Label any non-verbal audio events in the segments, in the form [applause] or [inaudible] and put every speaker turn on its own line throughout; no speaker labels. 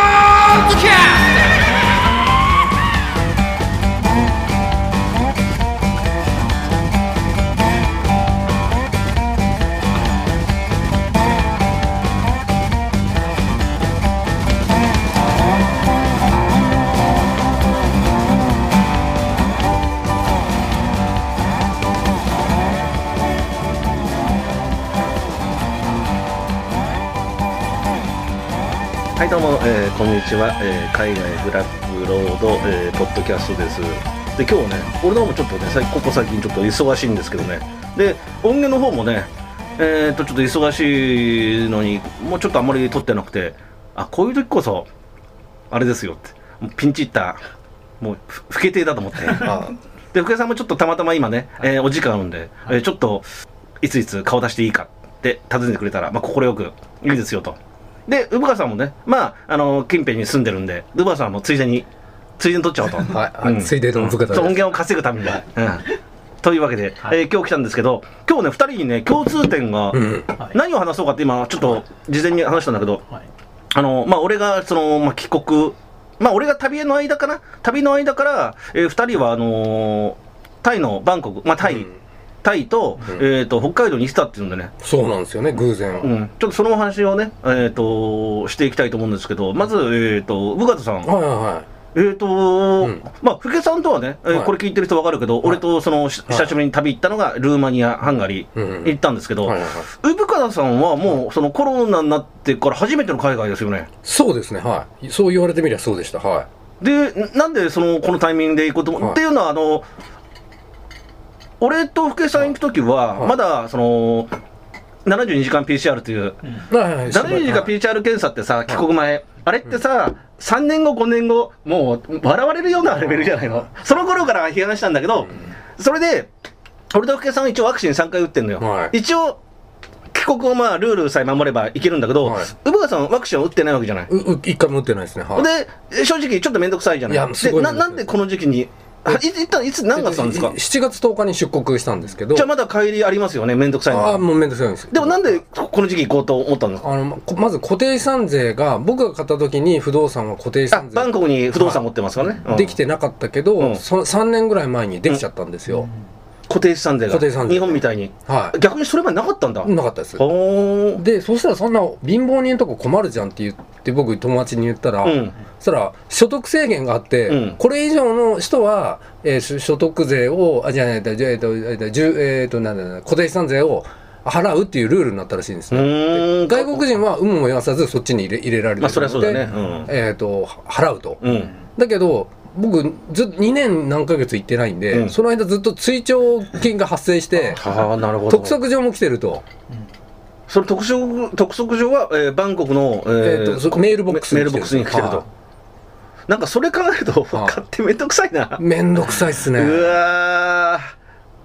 ッドキャス
はいどうも、えーこんにちは、えー海外ブラックロード、えーポッドキャストですで今日ね俺の方もちょっとね最ここ最近ちょっと忙しいんですけどねで音源の方もねえー、っとちょっと忙しいのにもうちょっとあんまり撮ってなくてあこういう時こそあれですよってもうピンチいったもうふ不決定だと思って
[laughs] あ
で福江さんもちょっとたまたま今ね、えーお時間あるんで、えーちょっといついつ顔出していいかって尋ねてくれたら、まあ、快くいいですよとで産川さんもねまああの近辺に住んでるんで産川さんもついでについでに取っちゃおうと、
はい、
うん
ついでの
そ
部下
う音
です。
源を稼ぐために、うんというわけで、
はい
えー今日来たんですけど今日ね2人にね共通点が、
うん、
はい
何を話そうかって今ちょっと事前に話したんだけど
はい
あの、まあ、俺が、その、まあ、帰国、まあ、俺が旅の間かな旅の間から、えー二人は、あのータイのバンコク、まあ、タイ、
うん
タイと、
うん
えっ、と、北海道に行ってたっていうんでね、
そうなんですよね、偶然。
うん、ちょっとそのお話をね、えっ、と、していきたいと思うんですけど、まず、えっ、と、ブガトさん、
はいは
えっ、と、
うん
まあ、福家さんとはね、えー
はい
これ聞いてる人わかるけど、俺と、その、し
はい
久しぶりに旅行ったのが、ルーマニア、ハンガリ
いはい。う
ー
ん、
行ったんですけど、
はいはいはい。
ウブカダさんはもう、そのコロナになってから初めての海外ですよね。
そうですね、はい。そう言われてみりゃそうでした、は
で、なんでそのこのタイミングで行こうと思う、
はい
っていうのは、あの俺と福井さん行くときは、
はい
まだその72時間 PCR という、
い。はいはい、
72時間
はい
PCR 検査ってさ、帰国前、あれってさ、3年後、5年後、もう笑われるようなレベルじゃないの、その頃から批判したんだけど、それで、俺と福井さんは一応、ワクチン3回打ってんのよ。
はい
一応帰国をまあルールさえ守ればいけるんだけど、
はい
ウブカさん、ワクチンを打ってないわけじゃないう
う一回も打ってないですね、はい。
で、正直、ちょっと面倒くさいじゃない
いやす
で
ごい
な
面倒
なんでこの時期に、あいいったいつ、何月なんですか
い ?7 月10日に出国したんですけど、
じゃあまだ帰りありますよね、面倒くさいの
ああ、
は。
もう面倒くさいんです。
でもなんでここの時期行こうと思ったんですか
あのまこまず固定資産税が、僕が買った時に不動産は固定資
あ
産税
バンコクに不動産持ってますからね、うん
できてなかったけど、
うん
そ3年ぐらい前にできちゃったんですよ。
固定資産税が
固定資産税
日本みたいに、
は
逆にそれまでなかったんだ、
い。なかったです。
ほー
で、そしたらそんな貧乏人とか困るじゃんって言って、僕友達に言ったら、
うん、
そしたら所得制限があって、
うん
これ以上の人は、えー所所得税をあじゃあえっとじゃあえっとえっとじゅえっとなんだなんだ固定資産税を払うっていうルールになったらしいんです
う
ね。
ーん
外国人は有無も言わさずそっちに入れ入れられる
まあそりゃそうだね、
えっ、と払うと。
うんうん、
だけど僕ずっと2年何ヶ月行ってないんで、
うん
その間ずっと追徴金が発生して
はあ、なるほど、
督促状も来てると,、
その特徴特則上は、えーバンコクの、えー
えーとそメールボックス
メメールボックスに来てると、
は
なんかそれ考えると、
はい
勝手めんどくさいな。
いめんどくさいっすね。
うわ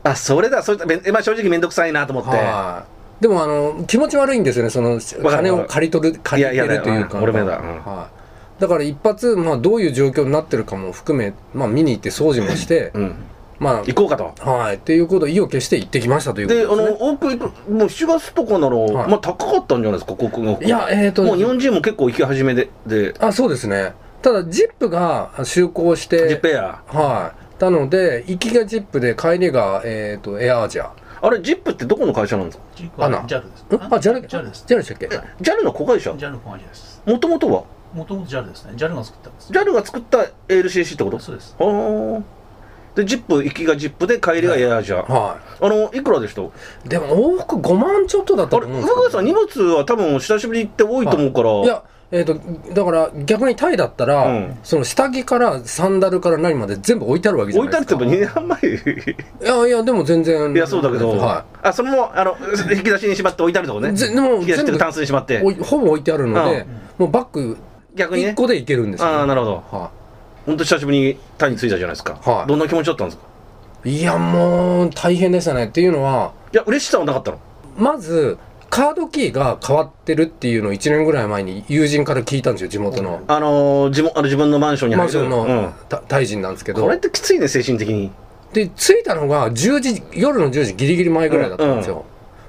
ーあそれだそれだめんまあ、正直面倒くさいなと思って
はい。でもあの気持ち悪いんですよね、その
わかる
金を借り取る、借りてるというか、
いやいやだようん俺もだうん
はい、だから一発、まあ、どういう状況になってるかも含め、まあ、見に行って掃除もして、
うん、
ま
行こうかと
あ、はい、っていうこと、意を決して行ってきましたということ
であ
です、ね。
の多く行くもう7月とかなら、
はい
まあ高かったんじゃないですかここが
いや、えっ、と、
もう日本人も結構行き始めでで
あ、そうですね。ただ、ジップが就航
ジ
し
ッ
て、
ペア
はい。なので、行きがジップで、帰りが、えっ、と、エアアジア。ん
あれジップってどこの会社なんですか
ジップは
アナ
JAL です。
あ、ジャル、ジ
JAL
ャル
です。
でしたっけ
え JAL の子会社
JAL の子会社です。
もともとは
もともと JAL ですね。JAL が作ったんです。
JAL が作った LCC ってこと
そうです。
はあでジップ行きがジップで帰りがエアアジア、
は
あのいくらでした
い。でも、往復5万ちょっとだった
あ
と
れ
思うん
宇
ですけど
賀さん荷物は多分久しぶりに行って多いと思うから、
いや、えー、とだから逆にタイだったら、
うん
その下着からサンダルから何まで全部置いてあるわけじゃ
置
ないい
た
で
っ
す
て
か
も2年半前
いやいやでも全然
いや、そうだけど、
は
あ、それも、あの、引き出しにしまって置いてあるとこね。
ぜでも
引き出しっていう
全
か
部
タンスにしまっ
い
て。
おいほぼ置いてあるので、もうバッグ
逆にね
1。個でいけるんですよ、
ああ、なるほど。
は
本当久しぶりにタイに着いたじゃないですか。
はい
どんな気持ちだったんですか
い、いやもう大変でしたねっていうのはい
や、嬉しさはなかったの。
まずカードキーが変わってるっていうのを1年ぐらい前に友人から聞いたんですよ地元の
あのー、自分、あの自分のマンションに
マ
入
ンシ
る。
ョンのたタイ人なんですけ
うん。こ
ど
れってきついね、精神的に。
で着いたのが10時夜の10時ギリギリ前ぐらいだったんですよ、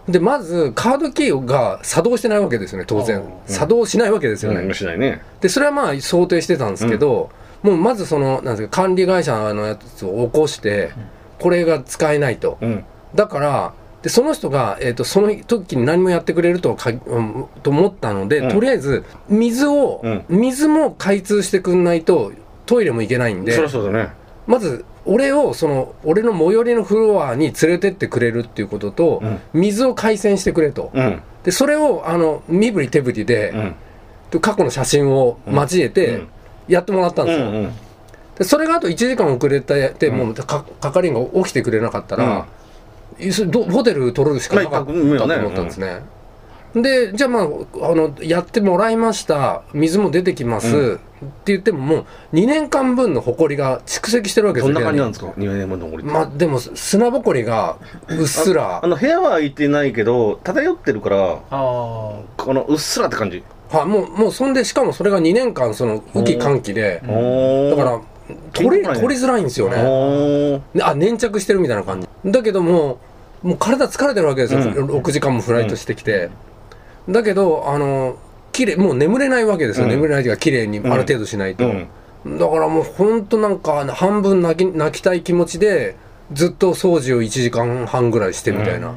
でまずカードキーが作動してないわけですよね当然
うん
作動しないわけですよね、
何もしないね。
でそれはまあ想定してたんですけど、もうまずそのなんですか管理会社のやつを起こして、
うん
これが使えないと
うん。
だからでその人が、えー、とその時に何もやってくれるとはか、うん、と思ったので、
うん
とりあえず水を、
うん
水も開通してくんないとトイレも行けないんで
そりゃそうだね。
まず俺をその俺の最寄りのフロアに連れてってくれるっていうことと、
うん
水を回線してくれと、
うん。
でそれをあの身振り手振りで、
うん。
で過去の写真を交えてやってもらったん
う
ですよ、
ん。うん。
でそれがあと1時間遅れて、
うん
もうか係員が起きてくれなかったら、それどホテル取るしかなかったと思ったんですね。でじゃあまああのやってもらいました水も出てきます、
う
って言ってももう2年間分の埃が蓄積してるわけです
どんな感じなん
部
ですか ?2 年も残
屋
り
に
って。
まあでも砂ぼこりがうっすら
あの、部屋は空いてないけど、漂ってるから、
あ
このうっすらって感じ。
はいもうもうそんでしかもそれが2年間その雨季寒季で
うん
おー
だから取
ピ
り
ンとこないね
取りづらいんですよね。
おー
であ粘着してるみたいな感じだけどももう体疲れてるわけですよ、
うん
6時間もフライトしてきて、だけどあの綺麗もう眠れないわけですよ、
うん
眠れないというか綺麗にあ
ん
る程度しないと、
うん。
だからもうほんとなんか半分泣き泣きたい気持ちでずっと掃除を1時間半ぐらいしてみたいな、
あ。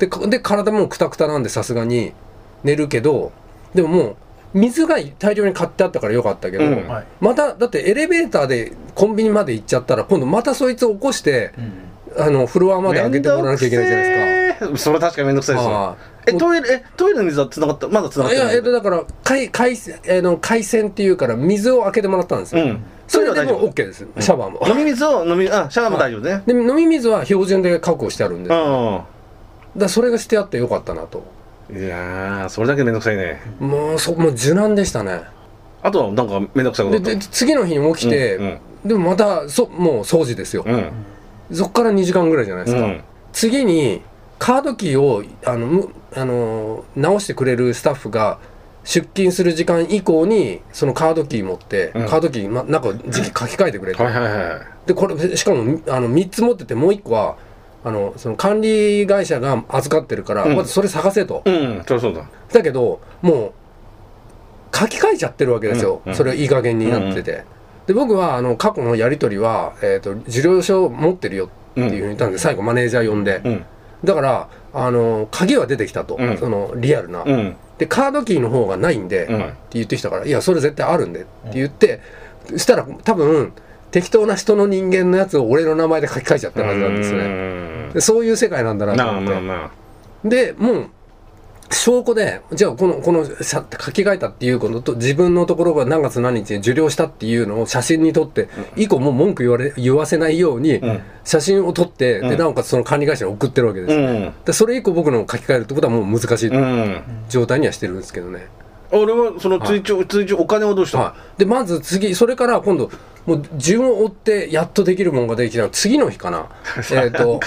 でかで体もくたくたなんでさすがに寝るけどでももう水が大量に買ってあったからよかったけど、
うん
はい。
まただってエレベーターでコンビニまで行っちゃったら今度またそいつを起こして
うん
あのフロアまで上げてもらわなきゃいけないじゃないです
ですか。それは確かにめんどくさい
か。
ですよ。
あ
え、トイレ、え、トイレの水は繋がったまだ繋
あ
がっ
い
てな
や
い。
えっとだから海海えの海鮮っていうから水を開けてもらったんです
う
よ、
ん。
それで
トイレは
もう OK ですシャワーも、
飲み水を飲み、あ、シャワーも大丈夫ね。
で飲み水は標準で確保してあるんで、だか
う
らそれがしてあってよかったなと
ん。いやー、それだけめんどくさいね。
もうそもう柔軟でしたね
あとはなんかめんどくさいこ
で
とだ
で
った。
次の日に起きて、
うん
でもまたそもう掃除ですよ、
うん。
そっから2時間ぐらいじゃないで
う
すか、
ん。
次にカードキーをあのむあの直してくれるスタッフが出勤する時間以降にそのカードキー持って、
うん
カードキー、ま、なんか時期書き換えてくれて、
はいはいはい。
でこれしかもあの3つ持っててもう1個はあのその管理会社が預かってるから、
うん
まずそれ探せと、
うん、そりゃそうだ。
だけどもう書き換えちゃってるわけですよ、
うんうん
それいい加減になってて、で僕はあの過去のやり取りは、えー、と受領書を持ってるよっていうふうに言ったんで、最後マネージャー呼んで、
うん。
だからあの鍵は出てきたと、
うん
そのリアルな、
うん。
でカードキーの方がないん
う
で、って
ん。
言ってきたから「いやそれ絶対あるんで」って言って、そしたら多分適当な人の人間のやつを俺の名前で書き換えちゃったはずなんですよね
ね
でそういう世界なんだなと
な
思
あ
って、
まあま
でもう証拠でじゃあこのこのさ書き換えたっていうことと自分のところが何月何日に受領したっていうのを写真に撮って以降もう文句言われ言わせないように
あ。うん。
写真を撮って、
う
で
ん
なおかつその管理会社に送ってるわけです
う
よ
ん。
でそれ以降僕の書き換えるってことはもう難しい
うん。
状態にはしてるんですけどね、
俺はその追徴、追徴、お金はどうしたの
はい、でまず次それから今度もう順を追ってやっとできるもんができたら次の
[laughs]
日かなえっと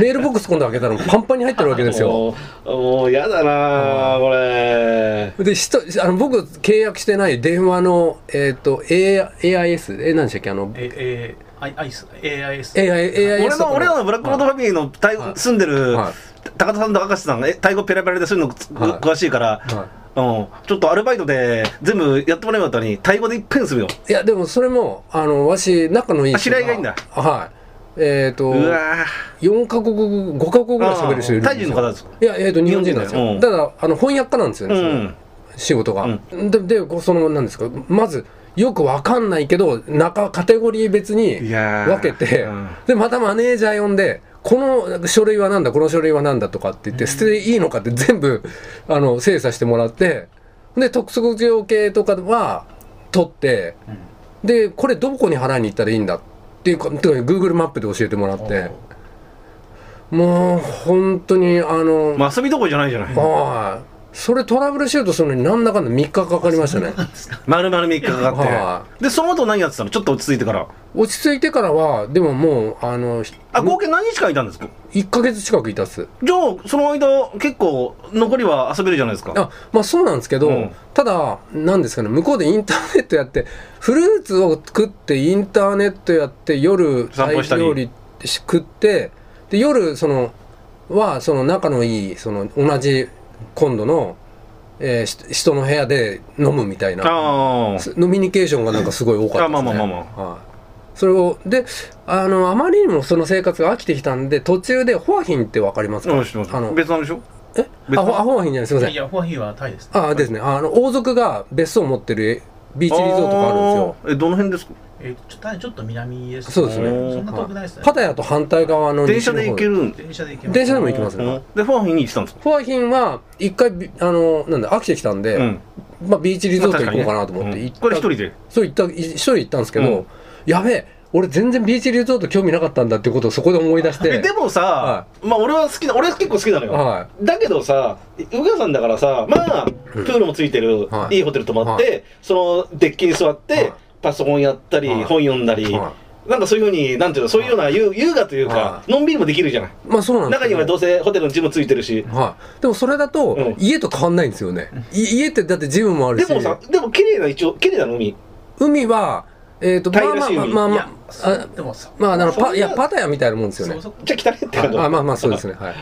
メールボックス今度開けたらパンパンに入ってるわけですよ
もう、もうやだなあこれ。
でひとあの僕契約してない電話のえっ、と A- AIS え何でしたっけあの
え、え、アイアイス、AIS。
AI AIS
俺の、俺らのブラックロードファミリーのタイ
はい
住んでる
はい
高田さんと明石さんが、えタイ語ペラペラでするのつ
はい
詳しいから、
は
うん、ちょっとアルバイトで全部やってもらえばよかったのに、タイ語でいっぺんするよ。
いやでもそれもあのわし仲のいい人
あ知り合いがいいんだ
はいえっ、と
うわ
4カ国5カ国ぐらい喋る人いるん
タイ
です
人の
よ
方ですか
いや、えー、と日本人なんです
日
よ、
本人
ただあの翻訳家なんですよね、
う
その
ん。
仕事が、
う
ででこうそのなんですかまずよくわかんないけど中カテゴリー別
い
に
やー
分けて、
うん
でまたマネージャー呼んでこの書類はなんだこの書類はなんだとかって言って捨てていいのかって全部あの精査してもらってで特措条系とかは取ってでこれどこに払いに行ったらいいんだっていうかとにかく Google マップで教えてもらってもう本当にあの、
まあ遊びどころじゃないじゃない。
はいそれトラブルシュートするのになんだかんだ3日かかりましたね。
丸々3日かか
は
って。で、その後何やってたのちょっと落ち着いてから。
落ち着いてからはでももうあの
あ、合計何日間いたんですか
1ヶ月近くいたっす
じゃあ、その間、結構、残りは遊べるじゃないですか。
あまあそうなんですけど、
うん
ただなんですかね向こうでインターネットやってフルーツを食ってインターネットやって夜
散歩したり
料理し食ってで夜そのはその仲のいいその同じ今度の、えーし人の部屋で飲むみたいな
ああ
す飲みニケーションがなんかすごい多かったですね。
あまあまあま
はい、それをであのあまりにもその生活が飽きてきたんで途中でホアヒンってわかりますか
あ知ってます
あの
別なんでしょ
え
別
あホあホアヒンじゃないすいません
いや、フォアヒーはタイです。
あですね、あの王族が別荘を持ってるビーチリゾートがあるんですよ。
あーえどの辺ですか
えーちょタイちょっと南ですね。
そうですね
そんな遠くないですね。
パタヤと反対側の
電
西
車
の方
で行けるんで
電車で行けます。
電車でも行きます
うんでファンヒに行ってたんですか
フォアヒンは一回びあのなんだ飽きてきたんで、
うん
まあ、ビーチリゾート行こうかなと思って
うん
行った、
これ一人で
そう行った一人行ったんですけど、
うん
やべえ俺全然ビーチリゾート興味なかったんだってことをそこで思い出し
え
て
でもさ
は
まあ俺は好きな俺は結構好きなのよ
は
だけどさ宇賀さんだからさまあプ
うん
ールもついてる
はい
いいホテル泊まっ
は
てそのデッキに座っ
は
て
い
パソコンやったり
はい
本読んだ
い、
り
は
なんかそういうふうになんていうのそういうような優優雅というか
は
のんびりもできるじゃない
い、まあそうなんです
中に
けど
はどうせホテルのジムついてるし
はい、でもそれだと、
うん
家と変わんないんですよねい家ってだってジムもある
で
し
もさでも綺麗な一応綺麗なの海
海はえっ、とま
平
あ
ら
まあ
しい海
まあ
い
ま
や
あ、
そ
あ
うでもさ、
まあ、あの
そんな
パいやパタヤみたいなもんですよね
そうそ
じゃあ汚いってこと
あまあまあそうですねはい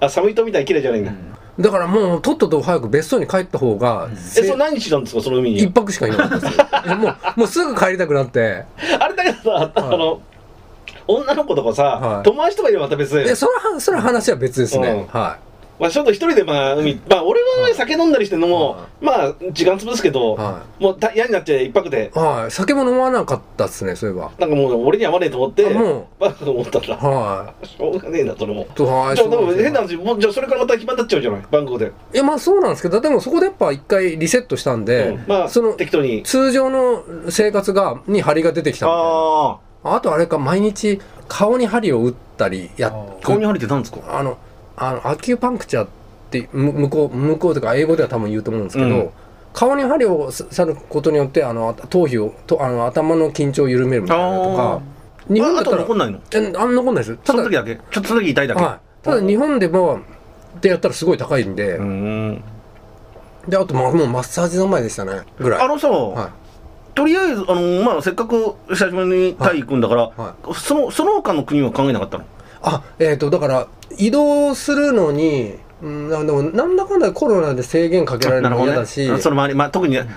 あ寒いとみたいに綺麗じゃないんだ
だからもうとっとと早く別荘に帰った方が、
え
せ
それ何日なんですかその海
一
に
泊しかいなかったですよ [laughs] いやもうもうすぐ帰りたくなって
あれだけどさあ
はい
の女の子とかさ
はい
友達とかいればまた別
い
で
やそれはそれは話は別ですね、
うん
は
まあちょっと一人でまあ海まあ俺は
はい
酒飲んだりしてんのも
は
まあ時間潰すけ
い
ど
は
もうた嫌になって一泊で
い、はい、酒も飲まなかったですねそういえば
なんかもう俺には合わねえと思って
あも
バカと思ったん
[laughs]
だ
は
しょうがねえなそれも
いとはい
じゃあで
そうな
も
んですよ
変な話もうじゃあそれからまた暇になっちゃうじゃないバンコクで
いやまあそうなんですけどでもそこでやっぱ一回リセットしたんで、
うんまあ
その
適当に
通常の生活がに張りが出てきたみたいな
あ
あとあれか毎日顔に針を打ったりやっ
あー
顔に入ってたんですか
あのあのアキュパンクチャーってむ向こう向こうとか英語では多分言うと思うんですけど、
うん
顔に針をささることによってあの頭皮をとあの頭の緊張を緩めるみたいなのと
あ
か日本だったら
んないの
えあん残んないですただ,、
だけちょっとその時痛いだ
はい、ただ日本でもでやったらすごい高いんで、
うーん
であとまあもうマッサージ三昧でしたねぐらい
あのさ、
はい
とりあえずあの、まあ、せっかく久しぶりにタイ行くんだから、
いは
そのその他の国は考えなかったの
あえっ、とだから移動するのにうんあでもなんだかんだコロナで制限かけられるのも嫌だし、
あその周り、まあ、特にね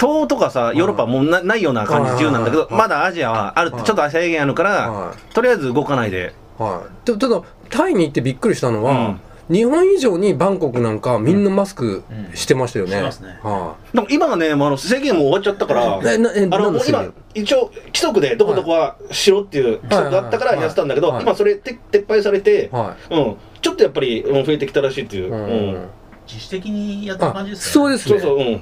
東欧とかさヨーロッパはもうなないような感じ
はい
自由なんだけど
はい
まだアジアはあるって
はい
ちょっとアジア制限あるから
はい
とりあえず動かないで
はい、でただタイに行ってびっくりしたのは、日本以上にバンコクなんかみんなマスクしてましたよね。
うんうんしてますね
はい、
でも今はねもうあの制限も終わっちゃったから
えなえ
あの
な
も
んで
う
す
今一応規則でどこどこはしろっていう規則があったからやってたんだけど、
はいはいはい
今それて撤廃されて、
は
うん、ちょっとやっぱりうん増えてきたらしいってい
い、
う、
う
うん
ん、
自主的にやった
あ
感じです
そう
で
です
そう
ね。
そううん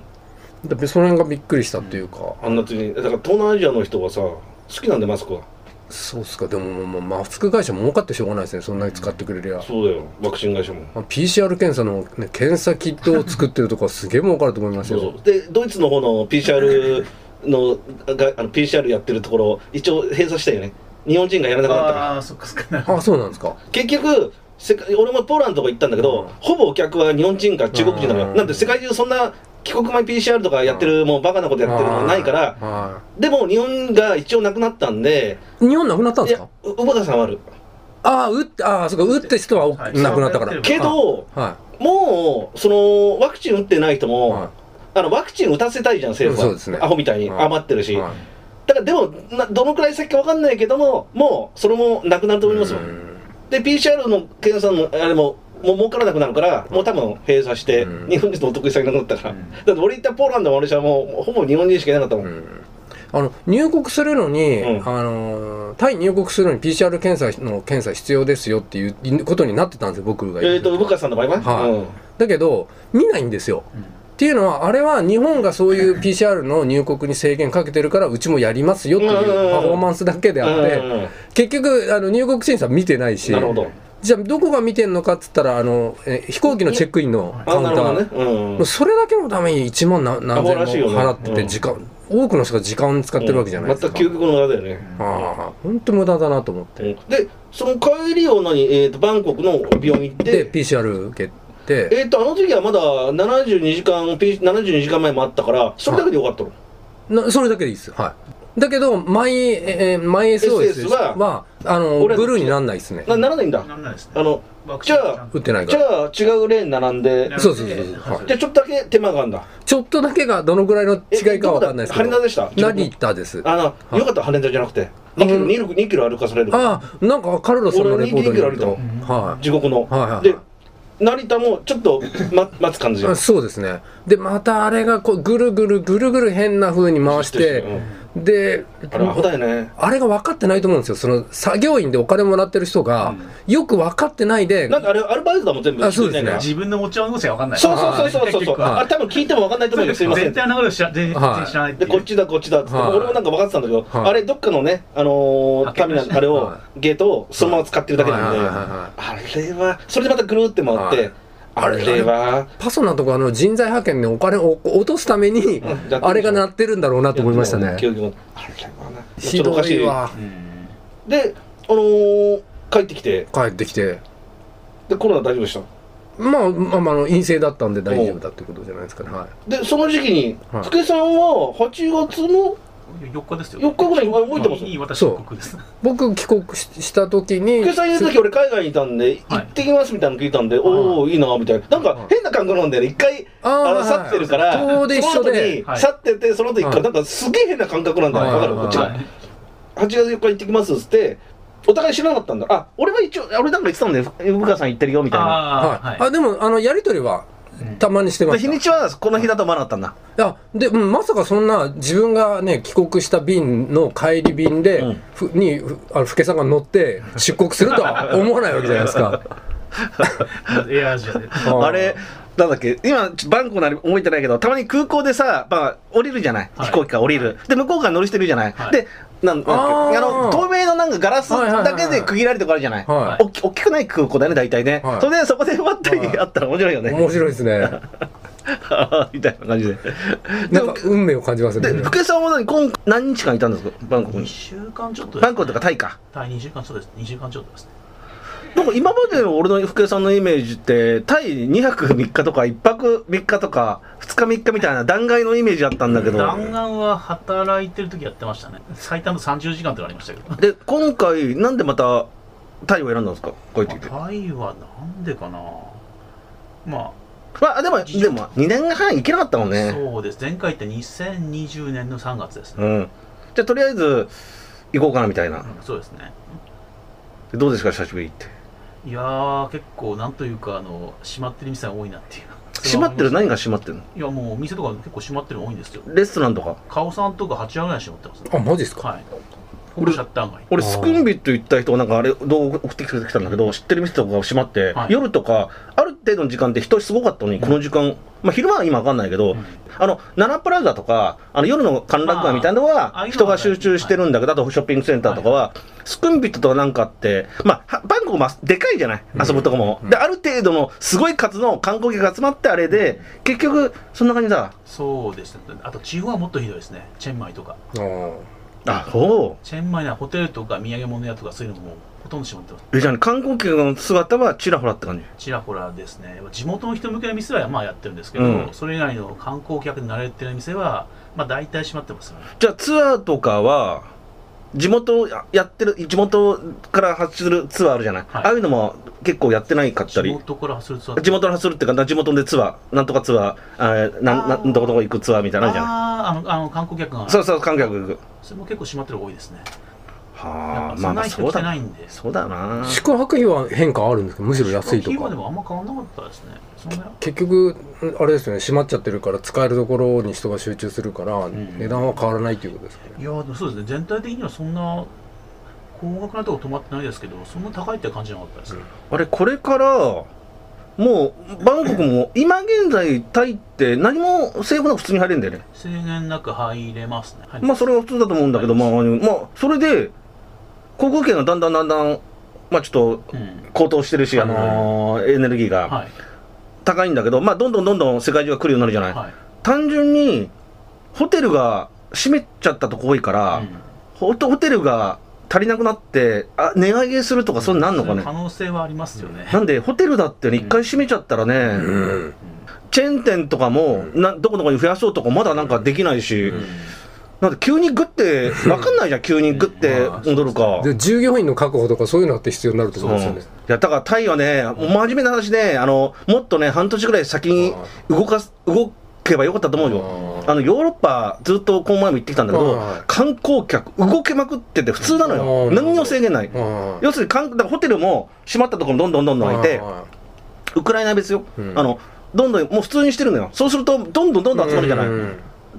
だからその辺がびっくりしたっていうか、
あんなつにだから東南アジアの人はさ好きなんでマスクは
そうっすかでももうマスク会社儲かってしょうがないですねそんなに使ってくれりゃ。
そうだよワクチン会社も
まあ PCR 検査の、ね、検査キットを作ってるとこはすげえ儲かると思います
そ
よ。
うそうでドイツの方の PCR のがあの PCR やってるところ一応閉鎖したよね日本人がやらなくなったから
ああ、そっかそっか。
あそうなんですか。
結局世界俺もポーランドとか行ったんだけど、
うん
ほぼお客は日本人か中国人なのよ、
うん
なんで世界中そんな帰国前 PCR とかやってる、もうバカなことやってるのないから、
は
でも日本が一応なくなったんで
い、日本なくなったん
い
ですか
やう久保田さんはある
ああ打ってああそうか打って人はお
はい
なくなったから。
そうやって
けど
は
もうそのワクチン打ってない人
い
も、
は
あのワクチン打たせたいじゃん、政府は。
そうですね
アホみたいに
はい
余ってるし。
いはい
だからでもな、どのくらい先か分かんないけども、もうそれもなくなると思いますよ。
うん
で、PCR の検査のあれも、もう儲からなくなるから、もう多分閉鎖して、
うん
日本人のお得意先なくなったから。
うん
だって俺行ったポーランドも俺はもうもうほぼ日本人しかいなかったもん。
うんあの入国するのに、
うん
あのータイ入国するのに PCR 検査の検査必要ですよっていうことになってたんですよ僕が
えっ、ー、と、ウブカさんの場合は、
はい
うん
だけど見ないんですよ
うん
っていうのはあれは日本がそういう PCR の入国に制限かけてるからうちもやりますよっていうパフォーマンスだけであっ
うん
て
うんうん
結局あの入国審査見てないし
なるほど。
じゃあどこが見てんのかっつったらあのえ飛行機のチェックインのカ
あ、
ウンタ
なるほど
ー
ね。うん
もう。それだけのために1万な何千
アホらしいよ
も
ね
払って
う
て
ん
時間、多くの人が時間使ってるわけじゃないですか、
うん全く究極の裏だよね。
ああ本当無駄だなと思って
で、その帰りを何、えー、とバンコクの病院行って、
で PCR 受けて
えー、とあの時はまだ72時間 P- 72時間前もあったからそれだけでよかったの、
なそれだけでいいですはいだけどマイ,、えーマイ SOS
SOS は
はあの
俺は
ブルーになんないですね
なならないんだ
なんないですね。
あの
ワクチン
じゃあ
ちんと
打ってないか
じ
ら。
ゃあ違うレーン並んで
並んで
そうそうそうそうはい
じゃあちょっとだけ手間があるんだ
ちょっとだけがどのぐらいの違いかわかんないですけ
羽田
ど。
でした
何タです。あ
あのよかった羽田じゃなくて2キロ ,2 キロ2キロ歩かされる
あ、なんかカルロスさんのレポートによると
俺
に。聞いて
は
地獄の
い。はいはい
で
は
成田もちょっと、ま、待つ感じ
い。あそうですね。で、またあれがこうぐるぐるぐるぐる変な風に回して、で、
あれ危ないね
あれが分かってないと思うんですよ。その作業員でお金もらってる人が、よく分かってないで、
なんかあれアルバイトだもん全部
あそうで
聞いてな
すね
いから
自分の持ち物が分かんない。
そうそうそうそうそうそう
結局は
あれ多分聞いても分かんないと思うけどすいません
絶対流れを知ら全然知らないって
で
いう。
こっちだこっちだっつって、
はい
俺もなんか分かってたんだけど、
はい
あれどっかのねあのー、
開け
タ
ま
ミ
した
ナルあれを、
は
ゲートをそのまま使ってるだけなんで、
はいはいはいは
あれはそれでまたぐるーって回って、
はい
あれは
パソナとかあの人材派遣でお金を落とすために
うん、
あれがなってるんだろうなと思いましたね。
競技もあれはな
ひどいわ。
うん
であのー、帰ってきて
帰ってきて。
でコロナ大丈夫でした
まあ、まあ、まああの、陰性だったんで大丈夫だってことじゃないですかね。はい。
でその時期に、
はい
つけさんは8月の
4日ですよ。
4日ぐらいに覚えてます
に私帰国です。
僕、帰国しした時に
つ、けさんいる時俺海外にいたんで、
はい
行ってきますみたいなの聞いたんで、おおいいなみたいななん
は
か
い
変な感覚なんだよね一回あ
あー
の去ってるか
はい
ら、
遠出一緒
その
で、
後に去ってて、その後一
は
回、
い
なんかすげえ変な感覚なんだよ、わ
は
か
い
る、こっち
は
が。8月4日行ってきますっつって、お互い知らなかったんだ、あ俺は一応、俺なんか言ってたんで、福川さん行ってるよみたいな。
は
あ
い。あ、でも、あの、やりとりは、たまにしてま
で
し
日
た。
にちはこの日だと思わなかったんだ。
いやでうんまさかそんな自分がね帰国した便の帰り便で、
うん
ふにふあの福家さんが乗って出国するとは思わないわけじゃないですか。
[laughs]
あ。エアアジアで。
あれ、なんだっけ、今、ちょバンコなり覚えてないけど、たまに空港でさ、まあ、降りるじゃない、
はい
飛行機から降りる。で、向こうから乗る人いるじゃない。
はい
で、なんなんだっけ、あ
あー
の、透明のなんかガラス
はいはいはい
だ
はい
けで区切られてるとこあるじゃない。
は
おっき大きくない空港だよね、大体ね。
はい
それで、そこでばったり
はい
あったら面白いよね。
面白いです
[laughs]
ね。
みたいな感じで。で
なんか運命を感じますね
で、。福井さんは何今何日間いたんですか、バンコク
2
に。
週間ちょっとです
バンコクとかタイか。
はい、2週間そうです。2週間ちょっとです。
なんか今までの俺の福井さんのイメージって、タイ2泊3日とか、1泊3日とか、2日3日みたいな弾劾のイメージあったんだけど。
弾丸は働いてる時やってましたね。最短の30時間ってのありましたけど。
で、今回、なんでまたタイを選んだんですか、こう言ってきて。
タイはなんでかなま
まあ、でも、でも、2年半行けなかったもん
あ、
ね。
そうです。前回って2020年の3月ですね。
うん。じゃあ、とりあえず、行こうかなみたい
う
な。
んそうですね。
でどうですか、久しぶりって。
いやー、結構なんというか、あの、閉まってる店が多いなっていう。
[laughs] 閉まってる
それは思い
何が閉まってるの
ますいや、もうお店とか結構閉まってるの多いんですよ。
レストランとか。
カオさんとか8割ぐらい閉まってますね。
あマジですか。
はい。ほぼシャッター街。
俺、
あー
スクンビット行った人、なんかあれ、動画送ってきてたんだけど、知ってる店とかが閉まって、
はい
夜とか、ある程度の時間って人すごかったのに、この時間、まあ、昼間は今わかんないけど、
うん
あの、ナナプラザとか、あの夜の歓楽街みたいなの
まあああ
は、
いうのは
人が集中してるんだけど、あとショッピングセンターとかは、スクンビットとかなんかあって、まあ、はバンコクもでかいじゃない、遊ぶとこも。
うん
で、ある程度のすごい数の観光客が集まってあれで、結局、そんな感じだ。
そうですね。あと、地方はもっとひどいですね。チェンマイとか。
あー
あ、そ
チェンマイならホテルとか土産物屋とかそういうのもほとんど閉まってます。
う。え、じゃあ、観光客の姿はちらほらって感じ。
ちらほらですね、地元の人向けの店はまあやってるんですけど、
うん
それ以外の観光客に慣れてる店は、まあ、大体閉まってますよね。
じゃあツアーとかは地元ややってる地元から発するツアーあるじゃない、
はい
ああいうのも結構やってないかった
地
り
元からすると
地元の発するっていうか地元でツアーなんとかツアーあーなんな
あー
んどこどこ行くツアーみたいなのあるじゃない
あーあのあの観光客が、
そうそう観客行く
それも結構閉まってる方が多いですね。や
は
っぱ
あま
そ
あ
ん
ま
な
あ
人
そう
来て
だ
ないんで。
そうだな
宿泊費は変化あるんですけどむしろ安いと
宿泊費はで
か。
もあんま変わんなかったですね。そんな
結局あれですよね閉まっちゃってるから使えるところに人が集中するから
ん
値段は変わらないということですかね。
いやーでもそうですね、全体的にはそんな高額なとこ泊まってないですけど、そんな高いって感じなかったですね。
あれこれからもうバンコクも今現在タイって何も政府なく普通に入れるんだよね
制限なく入れますね。入れ
まあそれが普通だと思うんだけど、まあ、まあそれで航空券がだんだんだんだんまあちょっ
う
と
ん
高騰してるし、あのーエネルギーが
はい、
高いんだけど、まあ、どんどんどんどん世界中が来るようになるじゃない、
はい
単純にホテルが閉めちゃったとこ多いから、
うん
ほんとホテルが足りなくなって、あ値上げするとか、そういうのなんのか
そうい
ね
う可、能性はありますよね。
なんで、ホテルだってね、一回閉めちゃったらね、
うん
うん
チェーン店とかも、などこどこに増やそうとか、まだなんかできないし、
うん
なんで急にグッて、わかんないじゃん、急にグッて戻るか。
で従業員の確保とかそういうのだって必要になると思うんですよね。
いやだからタイはね、もう真面目な話ね、あのもっとね、半年ぐらい先に動かす動けばよかったと思うよ、
あー
あのヨーロッパ、ずっとこの前も行ってきたんだけど
はい、
観光客、動けまくってて、普通なの
あ
よ、
ー
何にも制限ない、
あ
要するに観だからホテルも閉まったところにどんどんどんどん開いて、ウクライナは別よ、
うん
あのどんどんもう普通にしてるのよ、そうすると、どんどんどんどん集まるじゃない、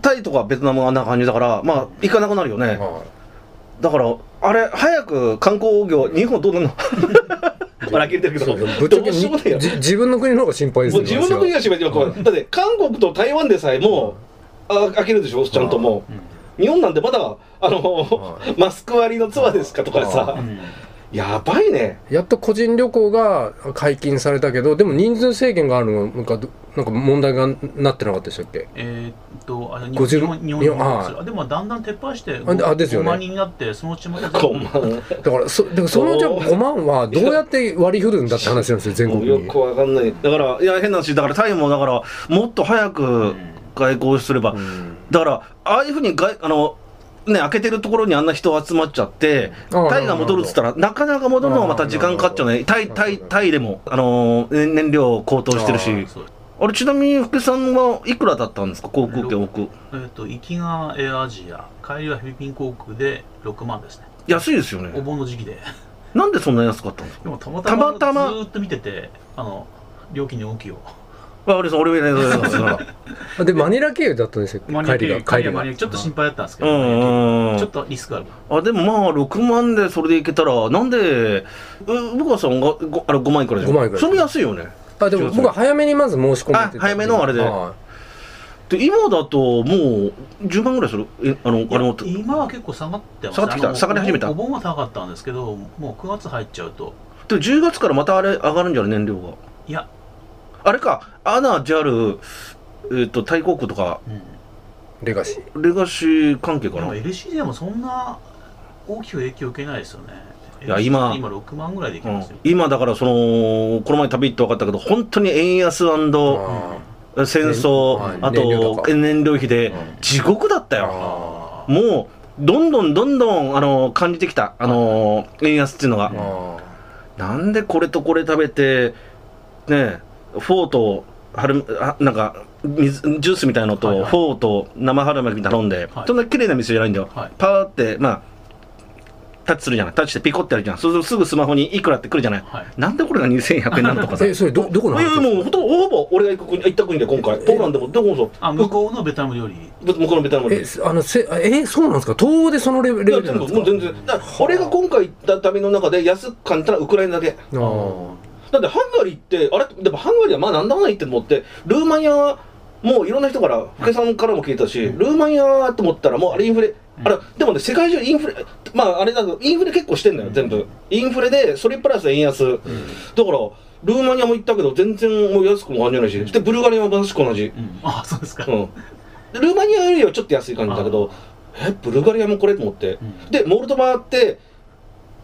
タイとかベトナムはあんな感じだから、まあ、行かなくなるよね。だから、あれ、早く観光業、日本どうなるの [laughs] ほら、切れてるけど、
ぶっちゃけ
どうしようもないよ
じ自分の国の方が心配です
もう
ね。
自分の国が閉めてる、これだって韓国と台湾でさえもう、あ開けるでしょ、ちゃんともう、日本なんてまだ、あの
は
マスク割りのツアーですかとかさ
う、ん
やばいね、
やっと個人旅行が解禁されたけど、でも人数制限があるのが、なんか問題がなってなかったでしたっけ
えーっと、あの日本
50
日本日本
日
日
本
本です
は
あでもだんだん撤廃して
あであですよね
5万人になって、そのうちも
こんばんは
だからそ、だからそのうち
おー
5万はどうやって割り振るんだって話なんですよ、全国
よ
に
く。わかんない、だから、いや、変な話、だからタイもだから、もっと早く外交すれば、
うん
だから、ああいうふうに外あの、ね、開けてるところにあんな人集まっちゃって、
ああ
タイが戻るっつったら、なかなか戻るのはまた時間かかっちゃうね、タイ、タイ、タイでも、あのーね燃料高騰してるし、
そう
あれ、ちなみに福井さんはいくらだったんですか、航空券、億。
えーっと、行きがエアアジア、帰りはフィリピン航空で6万ですね。
安いですよ
お
ね、
盆の時期で。
なんでそんな安かったんですか、
でもたま
た
た
またま
まずーっと見てて、あの、料金の動きを。
あ俺さん、俺は、俺は、
あで、マニラ経由だったんですよ、
マニア
帰りが。
帰
帰
り
り
はマ
が
ニア。ちょっと心配だったんですけ
[laughs] う
ど、
んうんうん
ちょっとリスクある。
あでもまあ、6万でそれでいけたら、なんで、う僕はさんがごあれ5万いくらでしょ、
5万いくら
それも安いよね。
あでも僕は早めにまず申し込んでて
あ早めのあれで
は
で今だともう10万ぐらいするえあのお金持って
いや今は結結構下がってます
下がってきた
あの
下がり始めた
お盆お盆は高かったんですけどもう9月入っちゃうと
でも10月からまたあれ上がるんじゃない燃料が
いや、
あれかアナ JAL えっ、とタイ航空とか
うん、
いレガシー。
レガシー関係か
で
な
も LC でもそんな大きく影響受けないですよね
いや
LC
今
今6万ぐらいでいき
う
ま
ん
すよ、
今だからそのこの前旅行って分かったけど本当に円安戦
あ
争、
はい
あ
燃料
と
高
燃料費で
うん
地獄だったよ
あー
もうどんどんどんどんあの感じてきたあの円安っていうのが
あ
なんでこれとこれ食べて、ねえ、フォーと春あなんか水ジュースみたいのと、
はいはい
フォーと生春巻き頼んで、
はい
そんな綺麗な店じゃないんだよ、
はい
パーって、まあ、タッチするじゃない、タッチしてピコってやるじゃん、そうするとすぐスマホにいくらってくるじゃない、
はい
なんでこれが2100円なんとか
あ
さ。い
[laughs] え、それど、どこの
やいや
話
もうほとんどほぼ俺が行く国行った国で今回、ポーランドも、どこもそう
あ向こうのベトナム料理
向こうのベトナムで
え、すあの、せ、あえ、そうなんですか東欧でそのレベ
いや
レベルなんです
もう
か
全然、だから俺が今回行った旅の中で安く感じたらウクライナだけ。
あー
あ
だってハンガリーって、あれ、でもハンガリーはまあなんだかんだ言ってもって、ルーマニアはもういろんな人から、福井さんからも聞いたし、ルーマニアと思ったら、もうあれインフレ、あれ、でもね、世界中インフレ、まああれだけど、インフレ結構してんだよ、全部。インフレで、それプラス円安。だから、ルーマニアも行ったけど、全然もう安くも感じないし、で、ブルガリアも正しく同
う
じ。
んあそうですか、
うん。でルーマニアよりはちょっと安い感じだけど、え、ブルガリアもこれと思って。
うん
でモルドバって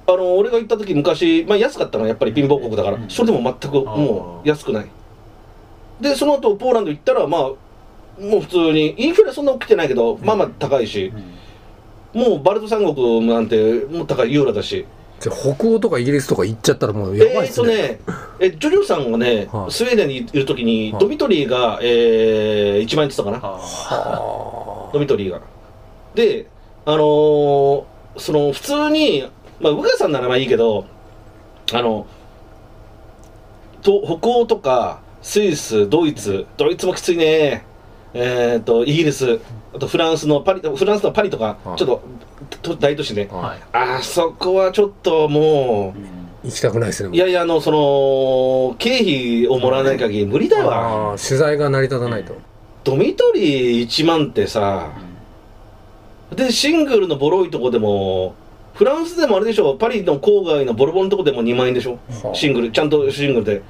あの俺が行った時昔、まあ、安かったのはやっぱり貧乏国だから、
うん
それでも全くもう安くないでその後ポーランド行ったらまあもう普通にインフレそんな起きてないけど、まあまあ高いし
う、ん
もうバルト三国なんてもう高いユーラだし
じゃあ北欧とかイギリスとか行っちゃったらもうやばい
え
っ
ー
す
と
ね。
ねえジョリオさんがね、
はい
スウェーデンにいる時に、
はい
ドミトリーが、えー、1万円って言ってたかな、
あ
は
ドミトリーが。で、あのーその普通に、まあ、宇賀さんならまあいいけど、あの、と北欧とか、スイス、ドイツ、ドイツもきついね。えっ、と、イギリス、あとフランスのパリ、フランスのパリとか
は、い
ちょっとと大都市ね
あ。。
あはい、
あそこはちょっとも
うん
行きたくないですね。
う、いやいや、あの、その、経費をもらわない限り無理だわ。
あー取材が成り立たないと。
ドミトリー1万ってさ、でシングルのボロいとこでもフランスでもあれでしょパリの郊外のボロボロのとこでも2万円でしょ
はあ
シングルちゃんとシングルで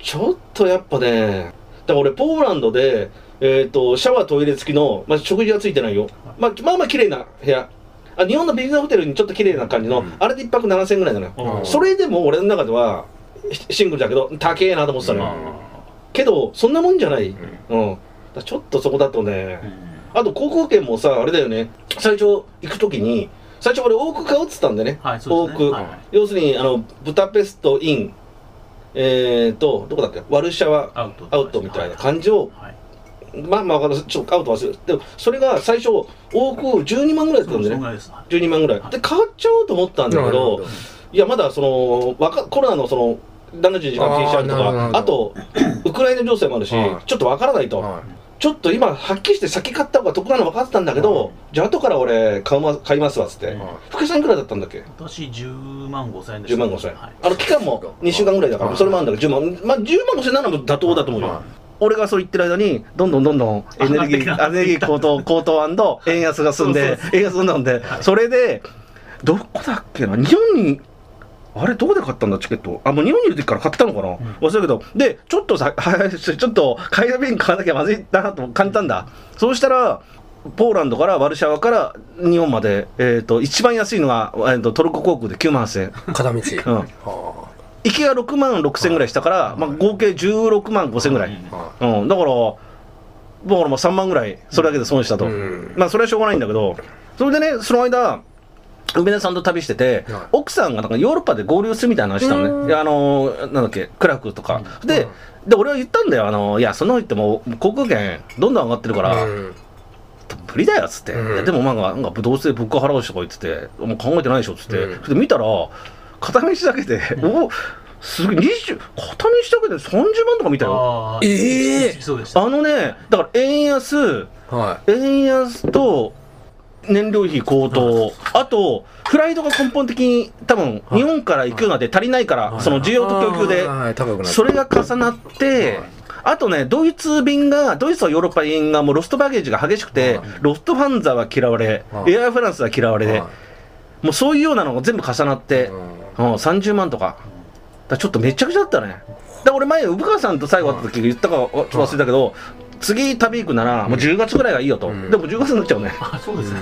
ちょっとやっぱねだから俺ポーランドで、えー、とシャワートイレ付きの、まあ、食事はついてないよ、まあ、まあまあ綺麗な部屋あ日本のビジネスホテルにちょっと綺麗な感じの、
うん
あれで1泊7000円ぐらいなのよ、
うん
それでも俺の中ではシシングルだけど高えなと思ってたのよ、
まあ
けどそんなもんじゃない、うんだからちょっとそこだとね、
うん
あと航空券もさあれだよね最初行く時に最初俺多く買うっつったんでね
はい、そうですね。
多く
はいはい、
要するにあのブタペストインえー、とどこだっけワルシャワ
アウト。
アウトみたいな感じを
はい。
まあまあわかるちょっとアウト忘れてでもそれが最初多く12万ぐらいだった
そ
ん
う
で
そんぐ
ね
らいです。はい
12万ぐらいで買っちゃおうと思ったんだけどいやまだそのわかコロナのその70時間禁止あると
あーなるほどな
か
るほど
あとウクライナ情勢もあるし、
はい
ちょっとわからないと、
は
ちょっと今はっきりして先買った方が得なの分かってたんだけど、じゃあ後から俺買うま買いますわっつって、
い。
うん
は
福井さんいくらだったんだっけ
私10万5千円でし
10
た。
万5千円、
はい。
あの期間も2週間ぐらいだから、
はい
それもあるんだけど10万まあ10万5千円ならもう妥当だと思うよ、
は
俺がそう言ってる間にどんどんどんどんエネルギ
上がってきた
ーエネルギー高騰高騰円安が進ん
そう
で
そう
円安なんで、それでどこだっけな日本にあれどこで買ったんだチケットあもう日本にいる時から買ったのかな、忘れたけどでちょっとさ [laughs] ちょっと買いだめに買わなきゃまずいなと感じたんだそうしたらポーランドからワルシャワから日本まで、えー、と一番安いのが、えー、とトルコ航空で9万8000円、
い。片道。
うん、
は
行きが6万6000円ぐらいしたから、まあ、合計16万5000円ぐらい、
うん
あ。は
うん、だから、だからもう3万ぐらい、それだけで損したと、
うん
まあそれはしょうがないんだけど、それでね、その間、梅田さんと旅してて、
はい
奥さんがなんかヨーロッパで合流するみたいな話したの
うん
ね、であのーなんだっけ、クラクとか、
ん
で
うん
で、俺は言ったんだよ、あのーいや、そんなこと言っても、航空券、どんどん上がってるから、
い。うん
無理だよっつって、
うん
いやでもなんかなんかどうせ物価払うしとか言っててもう考えてないでしょっつって、
うん
それで見たら片道だけで、おすげえ20片道だけで30万とか見たよ
あー
ええ
そうでした。
あのねだから円安
は
円安と燃料費高騰、あと、フライトが根本的に、多分
はい
日本から行くので足りないから、
はい
その需
い。
要と供給で、
はいはい。高くな
それが重なって、あとね、ドイツ便が、ドイツはヨーロッパ便がもうロストバゲージが激しくて
はい、
ロストファンザは嫌われ
は、い
エアフランスは嫌われで、もうそういうようなのが全部重なって、うん、30万とか。だからちょっとめちゃくちゃだったね。だから俺前、産川さんと最後会った時言ったかちょっと忘れたけど、次旅行くならもう10月ぐらいがいいよと。
うん
でも10月になっちゃうね。
あ、そうですね。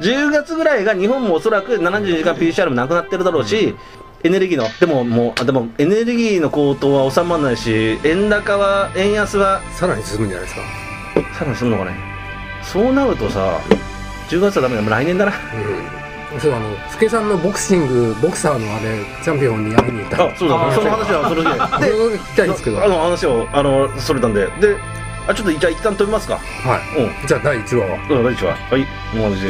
10月ぐらいが日本もおそらく72時間 PCR もなくなってるだろうし、エネルギーの、でももう、あでもエネルギーの高騰は収まらないし、円高は、円安は、
さらに進むんじゃないですか。
さらにするのかね。そうなるとさ、10月はダメだ、もう来年だな。
うん。そうあの、ふけさんのボクシング、ボクサーのあれ、チャンピオンに会いに行った。
あ、 [laughs] そうだ、
あ
その話はそれ [laughs]
あ
で。で、
聞きたいんですけど。
あ
は
の話を、あの、それたんで。で、あ、ちょっとじゃあ一旦飛びますか。
い。
うん。
じゃあ第1話は。
うん、大丈夫。はい、もう同じ。